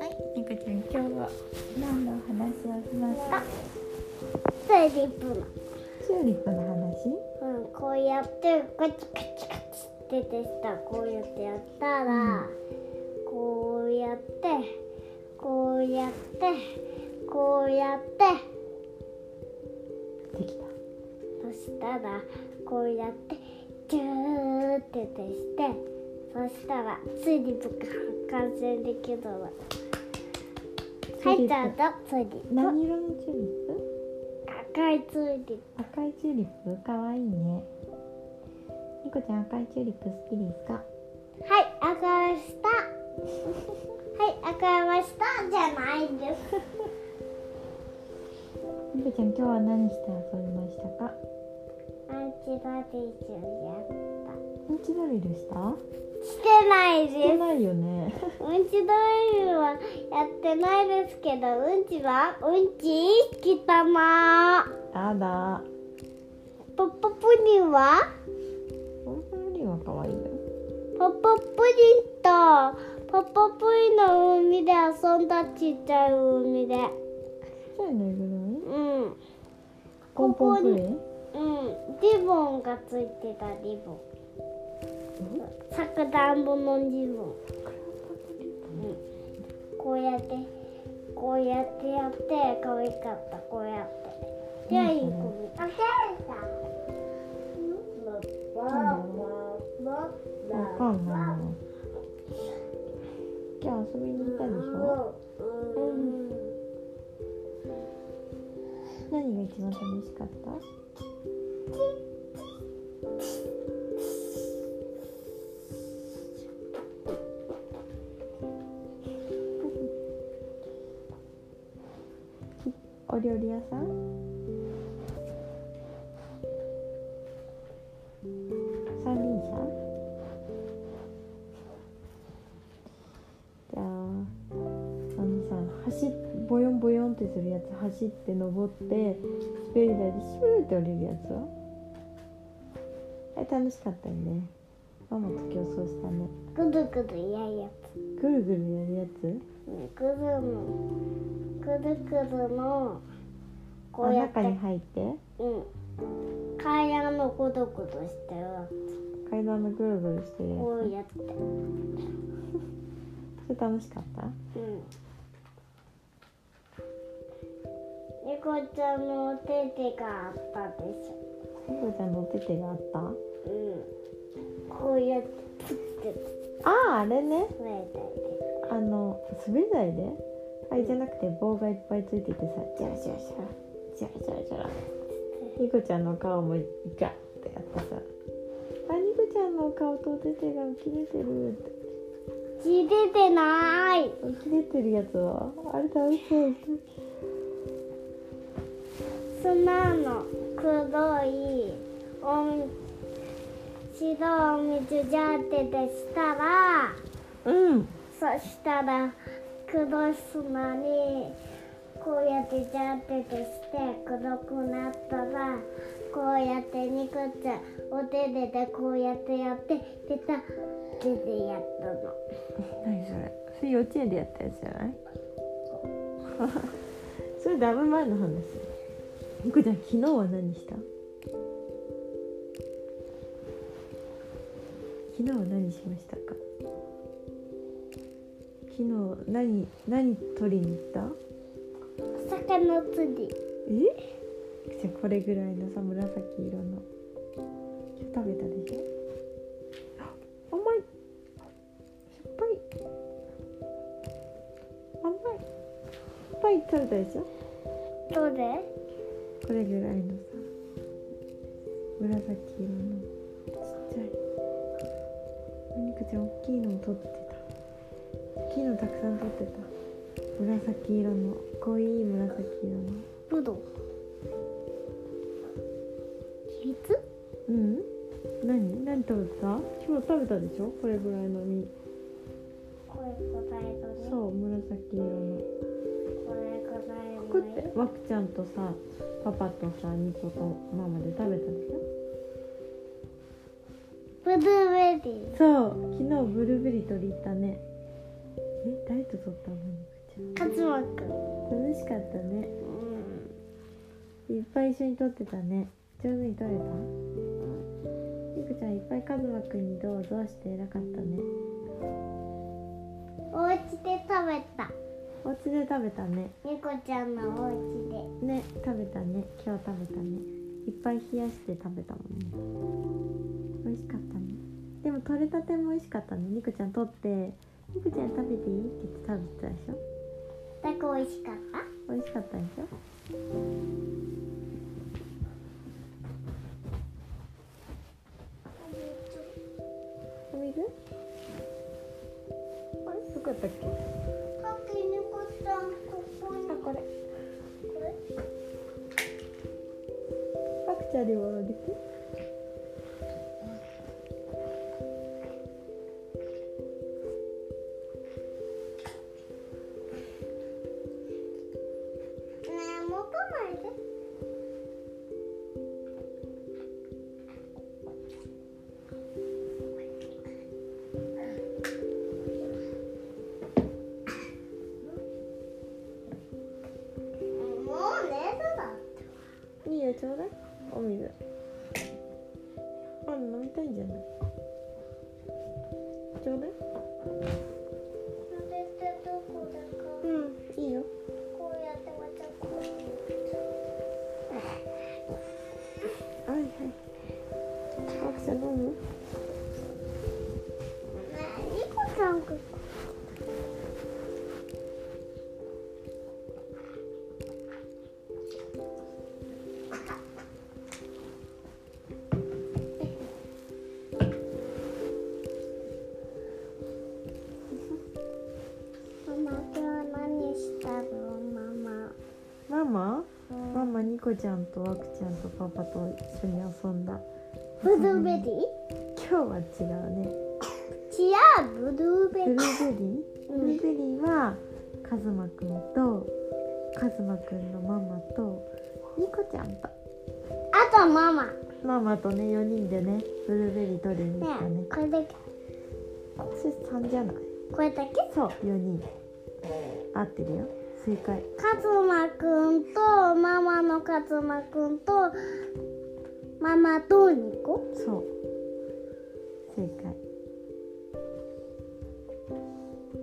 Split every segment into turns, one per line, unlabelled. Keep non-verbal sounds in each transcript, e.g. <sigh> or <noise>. はい、みこちゃん、今日は何のお話をしますか。
チューリップの、
チューリップの話。
うん、こうやってカチカチカチって出したこうやってやったら、
うん
こうやってこうやってこうやって
できた。
そしたらこうやってジューって出してそしたらチューリップが完成できるわ
チュ
は
ーリ
い
ップ
どうぞチューリップ
何色のチューリップ。
赤いチューリッ
赤いチューリップ、可愛いね。みこちゃん、赤いチューリップ好きですか。
プはい赤いしたはい赤いしたじゃないんです
みこちゃん、今日は何して遊びましたか。
アンチバーベキューや
うんちドリルした。
してないで
して
す
ないよね。 <laughs>
うんちドリルはやってないですけどうんちはうんちきたま
あだ。
ポッポプリンは
本当よりは可愛いよ。
ポッポプリンとポッポプリンの海で遊んだちっちゃい海で
ちっちゃいぬいぐるみ。
うんうん
ポンポンプリン。
リボンがついてたリボンさくらんぼのリボンこうやってこうやってやって可愛かったこうやってじゃあいい子にあけた
わかんない。今日遊びに行ったでしょ。
うん
何が一番楽しかった。お料理屋さん。三輪車。じゃあ。あのさ、走っ、ボヨンボヨンってするやつ、走って登って。滑り台でシューって降りるやつは。あれ楽しかったよね。ママと競争したね。
ぐるぐるやいや
ぐるぐるやるやつ。
つぐるのぐるぐるのこ
お
うやって
中に入って。
うん階段のごとごとしてよ
階段のぐるぐるしてるや
こうやってう
つ。それ楽しかった。
ん猫ちゃんのお手手があったでしょ
みこちゃんのお手手があった。
うんこうやってプッて
ああ、あれね。
つないで
あの滑り台であれじゃなくて棒がいっぱいついててさジャラジャラジャラジャラジャラジャラニコちゃんの顔もガッてやってさ「あニコちゃんのお顔とお手手が浮き出てる」って
血出てない
浮き出てるやつはあれ楽しそう
砂の黒いおみ白いお水じゃってでしたら
うん
そしたら黒い砂にこうやってジャーっててして黒くなったらこうやってニコちゃんお手手でこうやってやって出た出てやったの
何それそれ幼稚園でやったやつじゃない <laughs> それだいぶ前の話ニコちゃん昨日は何した昨日は何しましたか昨日何何取りに行った
魚釣り
えじゃあこれぐらいのさ紫色の食べたでしょあ <gasps> 甘い酸っぱい甘い酸っぱい食べたでしょ
どれ
これぐらいのさ紫色のちっちゃいお肉ちゃん大きいのも取ってた大きいのたくさん取ってた紫色の濃い紫色の
ブドウ秘密
うん何何食べてた今日食べたでしょこれぐらいの実
これ答えだね
そう紫色の
これ答え
こうやってわくちゃんとさパパとさニコとママで食べたでしょ
ブルーベリー
そう昨日ブルーベリー取り行ったねえ誰と取ったのにくち
カズマくん
ゃん楽しかったねいっぱい一緒に撮ってたね上手に撮れたゆくちゃんいっぱいカズマくんにどうぞして偉かったね
お家で食べた
お家で食べたね
ニコちゃんのお家で
ね食べたね今日食べたねいっぱい冷やして食べたもんね美味しかったねでも取れたても美味しかったねニクちゃん取って「ニクちゃん食べていい?」って言って食べてたでしょ
だこ美味しかった
美味しかったでしょお水あれどこやったっけあ
かけニコちゃんここに
これ
これ
パクチャでもできる
ねえ持たないでもう寝るだって
いいよちょうだいお水あ飲みたいんじゃないちょうだい
それってどこだか
うんいいよ
こうやってまたこう
はいはいパクチャ飲む
ねえニコちゃんここママ今日何したのママ
ママ
うん
ママニコちゃんとワクちゃんとパパと一緒に遊んだ
ブルーベリー
今日は違うね
違うブルーベ
ブ
リ
ルー
ー
ベリーブ
うん
ルーベリーはカズマくんとカズマくんのママとニコちゃんと
あとママね
ママとね4人でねブルーベリー取りに行ったね
これだけ
それ3じゃない
これだけ
そう4人合ってるよ正解
カズマくんとママのカズマくんとママとニコ
そう正解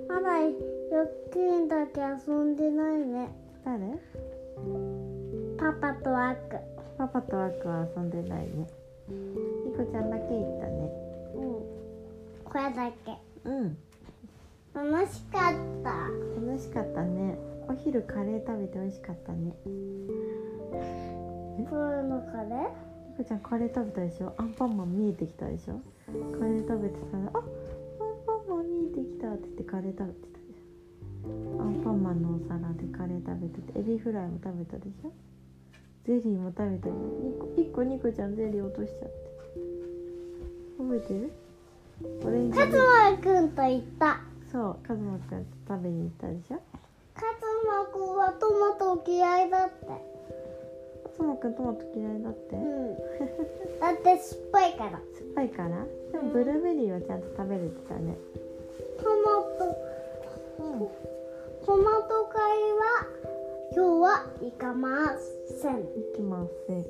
まだ4人だけ遊んでないね
誰
パパとアク
パパとアクは遊んでないねニコちゃんだけ行ったね
うんこれだけ
うん
楽しかった
楽しかったねお昼カレー食べて美味しかったね
プールのカレー
ニコちゃんカレー食べたでしょアンパンマン見えてきたでしょカレー食べてたら「あアンパンマン見えてきた」って言ってカレー食べてたでしょアンパンマンのお皿でカレー食べててエビフライも食べたでしょゼリーも食べたでしょ1個ニコちゃんゼリー落としちゃって覚えてるオレンジ
カズ
の
マくんと行った
そうカズマくんと食べに行ったでしょ
カズマくんはトマト嫌いだって
カズマくんトマト嫌いだって、
う
酸っ
んだって酸っぱいから
ぱいからでもブルーベリーはちゃんと食べれてたね
トマト
うん
トマト会は今日は行かません。
いきません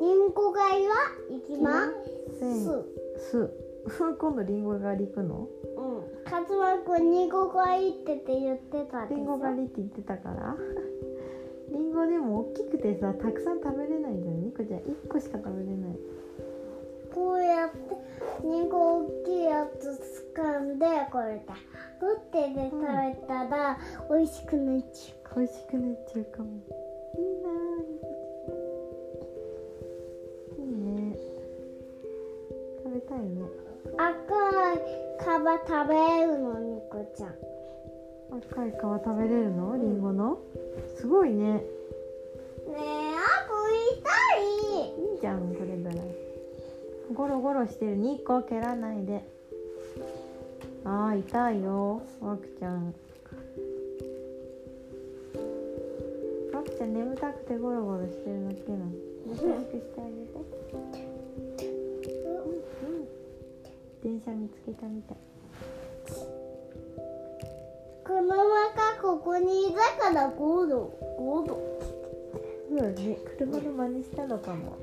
リンゴ会は行きます。
せん
う
す今度リンゴ狩り行くの
ん。カズマくんリンゴ会行ってって言ってたでしょ。
リンゴ狩りって言ってたから <laughs> リンゴでも大きくてさたくさん食べれないんだよねニコちゃん1個しか食べれない
こうやってリンゴ大きいやつ掴んでこれだ。打ってで食べたら美味しくなっちゃ
美味しくなっちゃうかもいいなあニコちゃんいいね食べたいね
う。赤いカバ食べるのニコちゃん。
赤い皮食べれるのリンゴのすごいね
ねえあ食いたい。
いいじゃんこれぐらいゴロゴロしてる日光蹴らないであー痛いよワクちゃんワクちゃん眠たくてゴロゴロしてるだけなの優しくしてあげて
うん
う電車見つけたみたい
この中ここにいたからゴードゴード
そうだね車の真似したのかも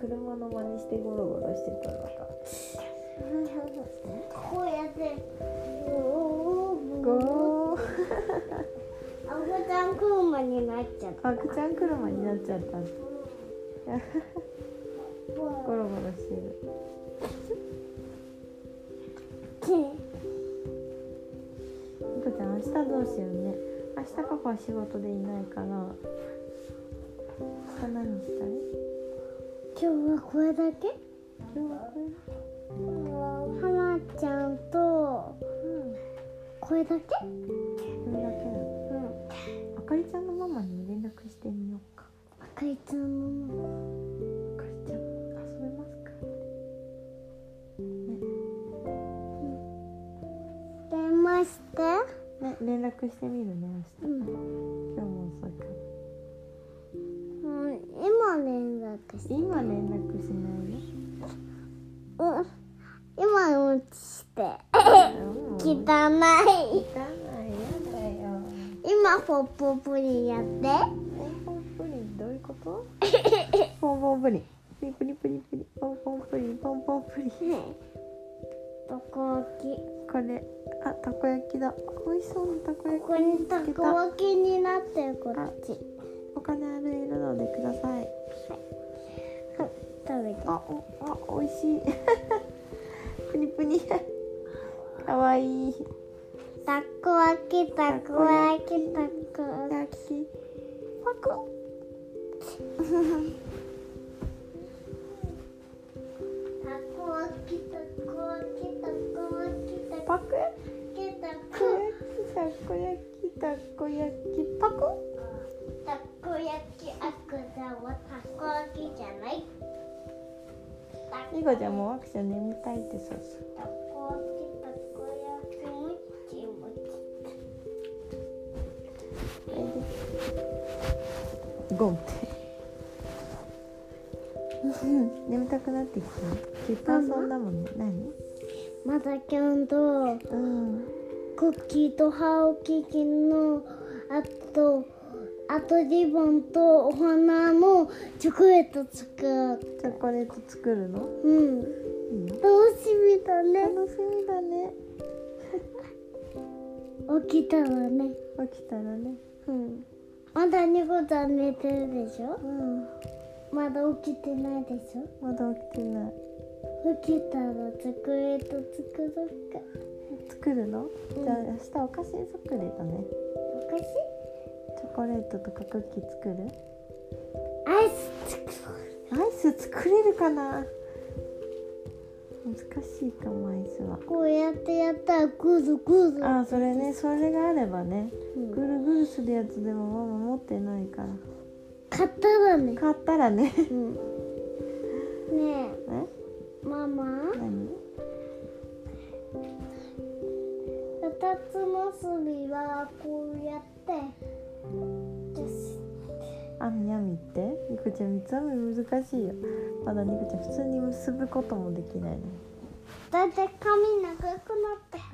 車の真似してゴロゴロしてたのか
こうやってゴーゴー
ゴー
あごちゃん車になっちゃった
あくちゃん車になっちゃったゴロゴロしてるみこちゃん明日どうしようね明日パパ仕事でいないから明日何したい
今日はこれだけ
今日はこれ
はまちゃんとこれ
そ
だけ
れだけなの
うん
あかりちゃんのママに連絡してみようか
赤いちゃんの
あかりちゃん遊べますか
電話して
ね連絡してみるね明
うん
日今日も遅いから
うん、今連絡して。
今連絡しないね
うん、今落ちて。
汚
汚い。
いやだよ
今ポッポプリンやって。
ポンポンプリンどういうこと <laughs> ポンポンプリンプリプリプリプリポンポンプリンポンポンプリン
たこ焼き。
これあたこ焼きだ美味しそうなたこ
こ
焼
こ
き
にたこ焼きになってるこっち。
お金あるいるのでください
食べて。
あおあ美味しい <laughs> プニプ
<laughs>
ニかわいい
たこ焼き、たこ焼き、たこ焼
焼きパコ
き。たこ焼き、たこ焼き、たこ焼き、たこ
パク
焼き、た
たこ焼きたこ焼きたこ焼きパコ
たこ焼き、あくだはたこ焼きじゃない。
みこちゃんもうアクション眠たいってそうそう
たこ焼き、たこ焼き、もちもち。
ゴンって <laughs> 眠たくなってきたずっと遊んだもんね何
まだキャンと
うん
クッキーとハオキキのあとあとリボンとお花のチョコレート作る。
チョコレート作るの
うん。
いいよ
楽しみだね。
楽しみだね
起きたらね。
起きたらね
うん。まだニコちゃん寝てるでしょ
うん
まだ起きてないでしょ
まだ起きてない
起きたらチョコレート作ろうか。
作るの、
うん
じゃあ明日お菓子作りだね
おかしい
チョコレートとかクッキー作る
アイス作ろう。
アイス作れるかな難しいかもアイスは
こうやってやったらグズグズ。
ああそれねそれがあればね
うん
ぐるぐるするやつでもママ持ってないから
買ったらね。
買ったらね
うん。ね
え
え、ママ、
何
二つ結びはこうやって。よし。
あみあみってニコちゃん三つ編み難しいよまだニコちゃん普通に結ぶこともできないね
だって髪長くなったか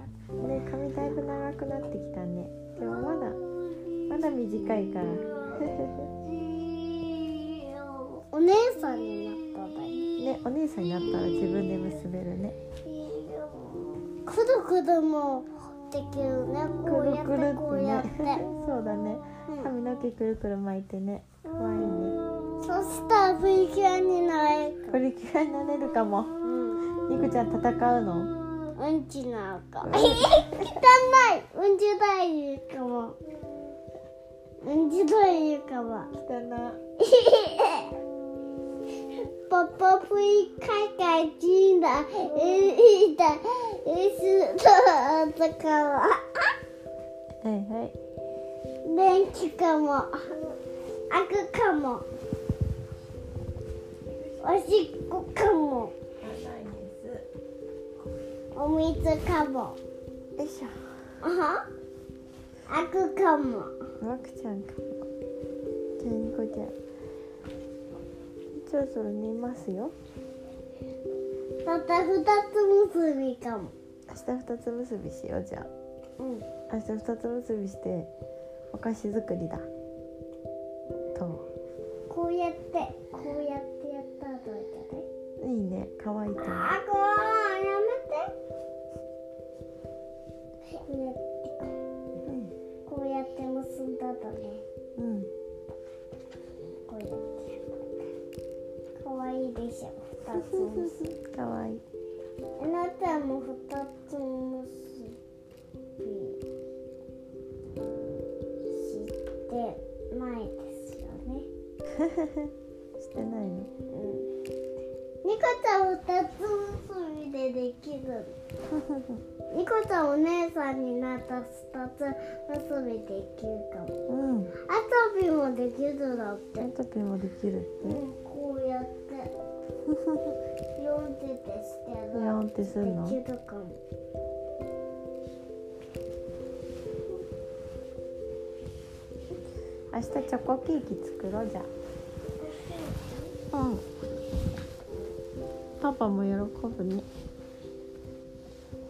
ら。
ね髪だいぶ長くなってきたねでもまだまだ短いから
お姉さんになっただよ。
<laughs> ねお姉さんになったら自分で結べるね
くるくるもできるね。
く
こう
る
やっ
くるってね
て
<laughs>
こうやって。
そうだね
うん
髪の毛くるくる巻いてねかわいいね
そしたらプリキュアになれる。
プリキュアになれるかも
うん。
ニコちゃん戦うの
うんちなのか。汚い。うんちだいかも。うんちだいかも。 <laughs>
汚な
ポッポプリカカチンだ。えいだ。えすとだから。
はいはい
<laughs> 電気かも。あくかも。おしっこかも。お水かも。
よいしょ
あは。あくかも。
ワクちゃんかもじゃあニコちゃんそろそろ寝ますよ
また二つ結びかも。
明日二つ結びしようじゃあ
うん。
明日二つ結びしてお菓子作りだと
こうやって、こうやってやったらどうじゃない
いいね可愛いと思う
あ、こう、やめて。ねこうやって結んだとね。
うん、 <laughs> うん、
こうやって。かわいいでしょ。二つ結び。
可愛い <laughs>
あなたも二つ結びして前ですよね。
してないの
うん。ニコちゃん二つ結びでできる。ニコちゃんお姉さんになったら二つ結びできるかも。
うん
あとびもできるだって。
エントピーもできるって
うんこうやって。四手でしてる。
四手すんの
できるかも。
明日チョコケーキ作ろうじゃあうんパパも喜ぶね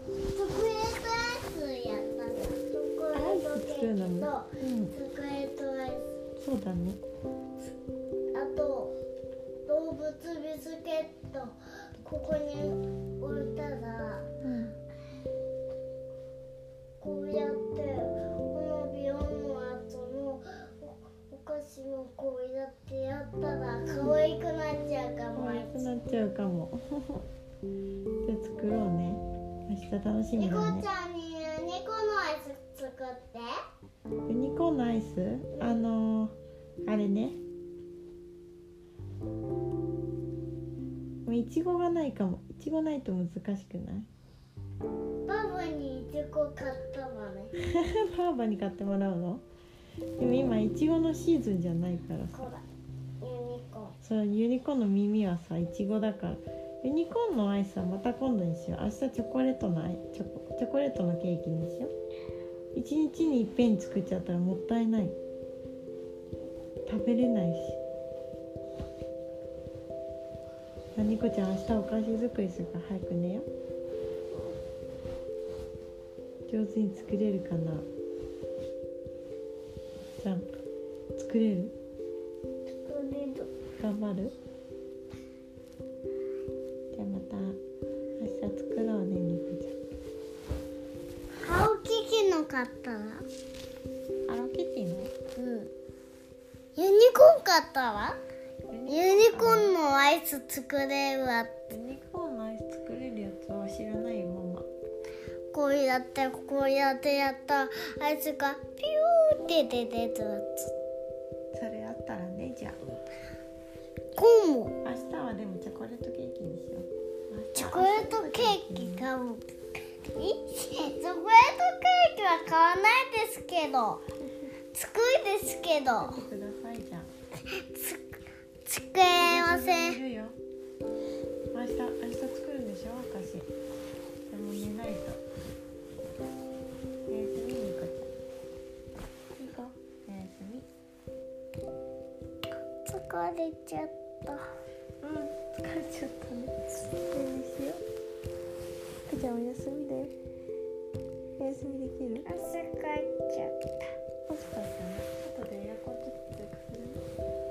チョコレートアイスやったんだ。チョコレートケーキと
うん
チョコレートアイ
そうだね
ス、あと動物ビスケットここに置いたら
うん
こうやってこのビヨンの後のおお菓子もこうやってやったら可愛くなっちゃうかも
可。愛くなっちゃうかも <laughs> じゃあ作ろうね明日楽しみ
猫
だね
ちゃんに猫のアイス作って。
ユニコーンのアイスあのー、あれねもういちごがないかもいちごないと難しくない <laughs>
バブにいちご買ったわね。
バーバに買ってもらうのでも今いちごのシーズンじゃないから
ほ
さ
らユニコーン。
そうユニコーンの耳はさいちごだからユニコーンのアイスはまた今度にしよう明日チョコレートのアイチョコチョコレートのケーキにしよう一日にいっぺんに作っちゃったらもったいない食べれないしあニコちゃん明日お菓子作りするから早く寝よう上手に作れるかなジャンプ作れる
これど
頑張るじゃあまた明日作ろうねニコち
顔利きの買ったら
ゃんあロケティの
うんユニコーン買ったわユニコーンのアイス作れるわ
ユニコーンのアイス作れるやつは知らないよママ
こうやってこうやってやったアイスがピューって出てるやつ
それあったらねじゃあ
コーンも
明日はでもチョコレートケーキにしよう
チョコレートケーキ買うえチョコレートケーキは買わないですけど作るですけど
明日作ってくださいじゃあ
つ机を
い
せ
るよ明日明日作るんでしょ私でも寝ないとおやすみニコちゃんニコおやすみ
疲れちゃっ
う
た。
ん、疲れちゃったね。眠しよう。じゃあお休みだよ。お休みできる？
汗かいちゃった。
お疲れ様。後でエアコンちょっと強くするね。